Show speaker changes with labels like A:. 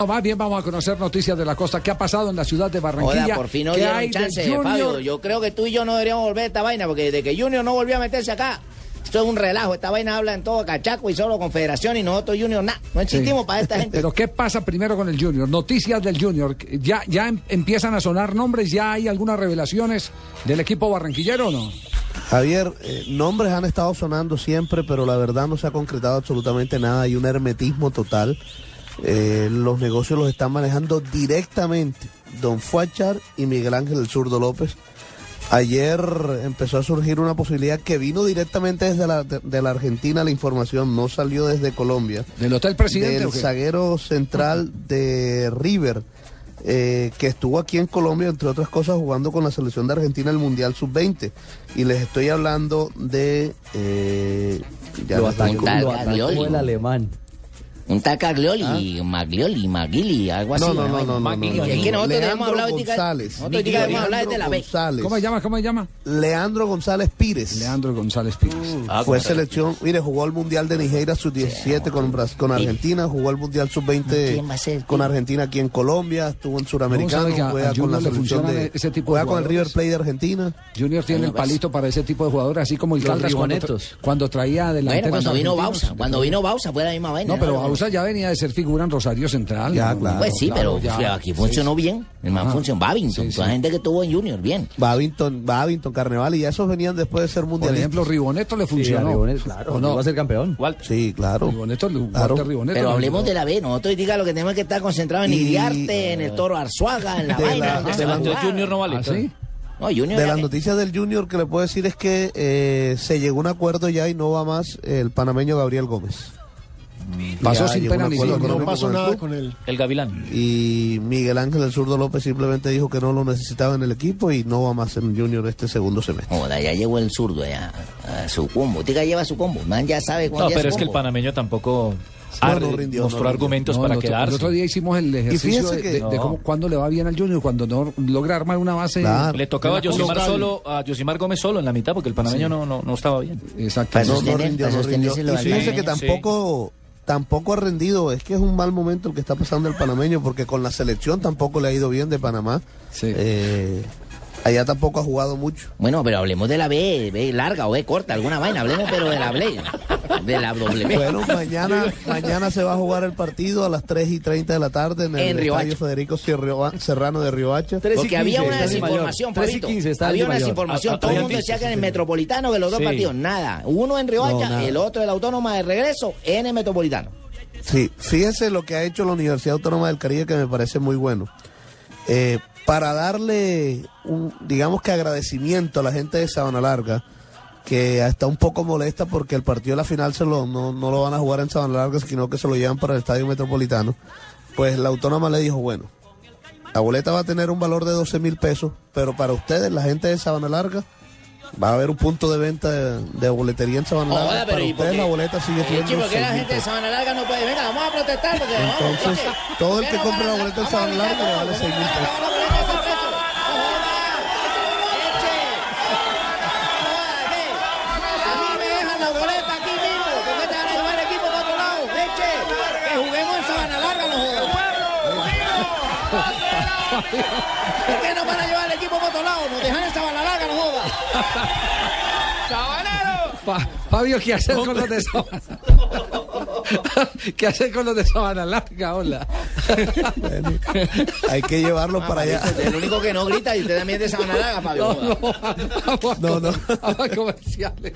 A: No, más bien vamos a conocer noticias de la costa. ¿Qué ha pasado en la ciudad de Barranquilla?
B: Hola, por fin no
A: ¿Qué
B: dieron
A: hay del
B: chance,
A: Junior?
B: Fabio. Yo creo que tú y yo no deberíamos volver a esta vaina, porque desde que Junior no volvió a meterse acá, esto es un relajo. Esta vaina habla en todo cachaco y solo confederación y nosotros Junior nada. No
A: Sí.
B: existimos para esta gente.
A: Pero ¿qué pasa primero con el Junior? Noticias del Junior. Ya, ya em- empiezan a sonar nombres, ya hay algunas revelaciones del equipo barranquillero, o ¿no?
C: Javier, eh, nombres han estado sonando siempre, pero la verdad no se ha concretado absolutamente nada. Hay un hermetismo total. Eh, los negocios los están manejando directamente Don Fuachar y Miguel Ángel El Zurdo López. Ayer empezó a surgir una posibilidad que vino directamente desde la, de, de la Argentina la información, no salió desde Colombia.
A: ¿Del Hotel Presidente
C: Del
A: o qué?
C: zaguero central de River, eh, que estuvo aquí en Colombia, entre otras cosas, jugando con la selección de Argentina el Mundial Sub-20. Y les estoy hablando de... eh, ya
D: Lo
C: les digo.
D: atacó, lo atacó el alemán.
B: Un tacaglioli, maglioli, maguili, algo así.
C: No, no,
B: una vaina.
C: no, no, no, no, no.
B: Es que nosotros debemos
C: Leandro
B: hablar hoy, tica-
C: González.
B: nosotros hoy, tica, debemos hablar desde la
C: Leandro
B: B.
C: González.
A: ¿Cómo se llama? ¿Cómo se llama? Uh,
C: Leandro González Pires.
A: Leandro González Pires.
C: Fue selección, mire, jugó el Mundial de Nigeria sub-17 con, Bras- con Argentina, jugó el Mundial
B: ¿Quién va a ser?
C: sub-20 con Argentina aquí en Colombia, estuvo en Suramericano,
A: ¿Sabe que a-
C: juega
A: al
C: con la
A: Junior le
C: selección
A: funcionan
C: de,
A: ese tipo de
C: juega con el
A: jugadores?
C: River Plate de Argentina.
A: Junior tiene el palito para ese tipo de jugadores, así como el
D: Los
A: Caldas cuando,
D: ribonetos.
A: tra- cuando traía adelante.
B: Bueno, cuando vino Bausa, cuando vino Bausa fue la misma vaina.
A: No, pero
B: ¿no?
A: Bausa ya venía de ser figura en Rosario Central.
C: Ya,
A: ¿no?
C: claro.
B: Pues sí,
A: Claro,
B: pero
A: ya.
B: o sea, aquí funcionó bien. El man
A: Ajá.
B: funcionó. Babington,
A: Sí, sí.
B: toda la gente que estuvo en Junior, bien.
C: Babington, Babington, Carnaval, y ya esos venían después de ser
A: Por
C: mundialistas.
A: ejemplo, Riboneto le
D: Sí, a
A: funcionó.
D: Ribonet, claro,
A: ¿O no?
D: va a ser campeón.
C: sí, claro.
A: Riboneto, le-
C: Claro.
A: Walter Riboneto
B: Pero
A: le
B: hablemos
A: funcionó.
B: de la B, nosotros diga lo que tenemos que estar concentrados en
C: Y-
B: Iriarte, en el Toro Arzuaga, en la
C: De la-
B: vaina.
C: de
B: en esa
C: la-
B: jugada.
E: Junior no vale.
A: ¿Ah, sí?
B: No, Junior
C: De
B: ya-
C: las noticias del Junior que le puedo decir es que eh, se llegó a un acuerdo ya y no va más el panameño Gabriel Gómez.
A: Pasó
C: Ya
A: sin
C: llegó
A: pena
C: un
A: ni
C: acuerdo
A: gloria.
C: económico
F: No pasó
C: el
F: nada
C: club.
F: con él.
E: El Gavilán.
C: Y Miguel Ángel El Zurdo López simplemente dijo que no lo necesitaba en el equipo y no va más en Junior este segundo semestre.
B: Joda, ya llegó el zurdo, ya. a su combo. Tica lleva su combo. Man, ya sabe cuándo
E: No,
B: ya su
E: pero es que el
B: combo.
E: panameño tampoco
C: No,
E: ar-
C: no rindió, no
E: mostró
C: rindió.
E: argumentos
A: No,
E: para
A: el otro-
E: quedarse.
A: El otro día hicimos el ejercicio
C: fíjese
A: de,
C: que-
A: de- de
E: No.
A: cómo, cuándo le va bien al Junior, cuando no logra armar una base.
C: Claro.
E: Le tocaba a
A: de la
E: Yosimar,
A: local.
E: solo, a Yosimar Gómez solo en la mitad porque el panameño no, no, no estaba bien.
A: Exacto.
B: Para
C: No, no
B: sostener-
C: rindió,
B: para
C: no rindió.
B: sostenerse lo
C: Y
B: del
C: fíjense que
B: panameño,
E: sí.
C: tampoco, tampoco ha rendido. Es que es un mal momento el que está pasando el panameño, porque con la selección tampoco le ha ido bien de Panamá.
A: Sí.
C: Eh, allá tampoco ha jugado mucho.
B: Bueno, pero hablemos de la B, B larga o B corta, alguna vaina. Hablemos, pero de la B. De la doble B.
C: Bueno, mañana, mañana se va a jugar el partido a las 3 y 30 de la tarde en el
B: En Riohacha.
C: estadio Federico Sierra- Serrano de Riohacha.
B: Porque había una
D: está el
B: desinformación,
D: Mayor. Tres y
B: Fabito.
D: quince está el
B: Había una
D: Mayor.
B: desinformación.
E: Ah,
B: Todo el
E: ah,
B: mundo
E: ah,
B: decía
E: sí,
B: que en el Metropolitano, que los dos
E: Sí.
B: partidos, nada. Uno en Riohacha,
C: No, nada.
B: el otro en la Autónoma de regreso, en el Metropolitano.
C: Sí, fíjese lo que ha hecho la Universidad Autónoma del Caribe que me parece muy bueno. Eh, para darle, un, digamos que agradecimiento a la gente de Sabana Larga, que está un poco molesta porque el partido de la final se lo, no, no lo van a jugar en Sabana Larga, sino que se lo llevan para el Estadio Metropolitano, pues la Autónoma le dijo, bueno, la boleta va a tener un valor de 12 mil pesos, pero para ustedes, la gente de Sabana Larga, va a haber un punto de venta de, de boletería en Sabana Larga.
B: Joda, pero
C: para
B: ¿y por
C: ustedes
B: qué?
C: la boleta sigue
B: Eh,
C: siendo
B: chico, que la
C: 6.000
B: gente de
C: pesos.
B: Sabana Larga no puede. Venga, vamos a protestar. Porque vamos,
C: Entonces,
B: porque-
C: todo el
B: ¿por
C: que
B: qué no
C: compra
B: van a-
C: la boleta en
B: vamos a
C: Sabana Larga
B: gritar
C: le
B: todos?
C: vale 6 mil pesos.
B: Vamos a poner ese precio. No jodas. Eche. No jodas, ve. A mí me dejan la boleta aquí mismo. ¿Por qué te van a llevar el equipo para otro lado? Eche. Que juguemos en Sabana Larga, no jodas. ¿Por qué no van a llevar el equipo para otro lado? Nos dejan en Sabana Larga, no jodas.
A: Fa- Fabio, ¿qué hacer con los de Sabana? ¿Qué hacer con los de Sabana Larga? Hola.
C: Bueno, hay que llevarlo para allá.
B: El único que no grita y usted también es de Sabana Larga, Fabio.
A: No, no. Vamos a
C: No, no.
A: comer- vamos a comerciales.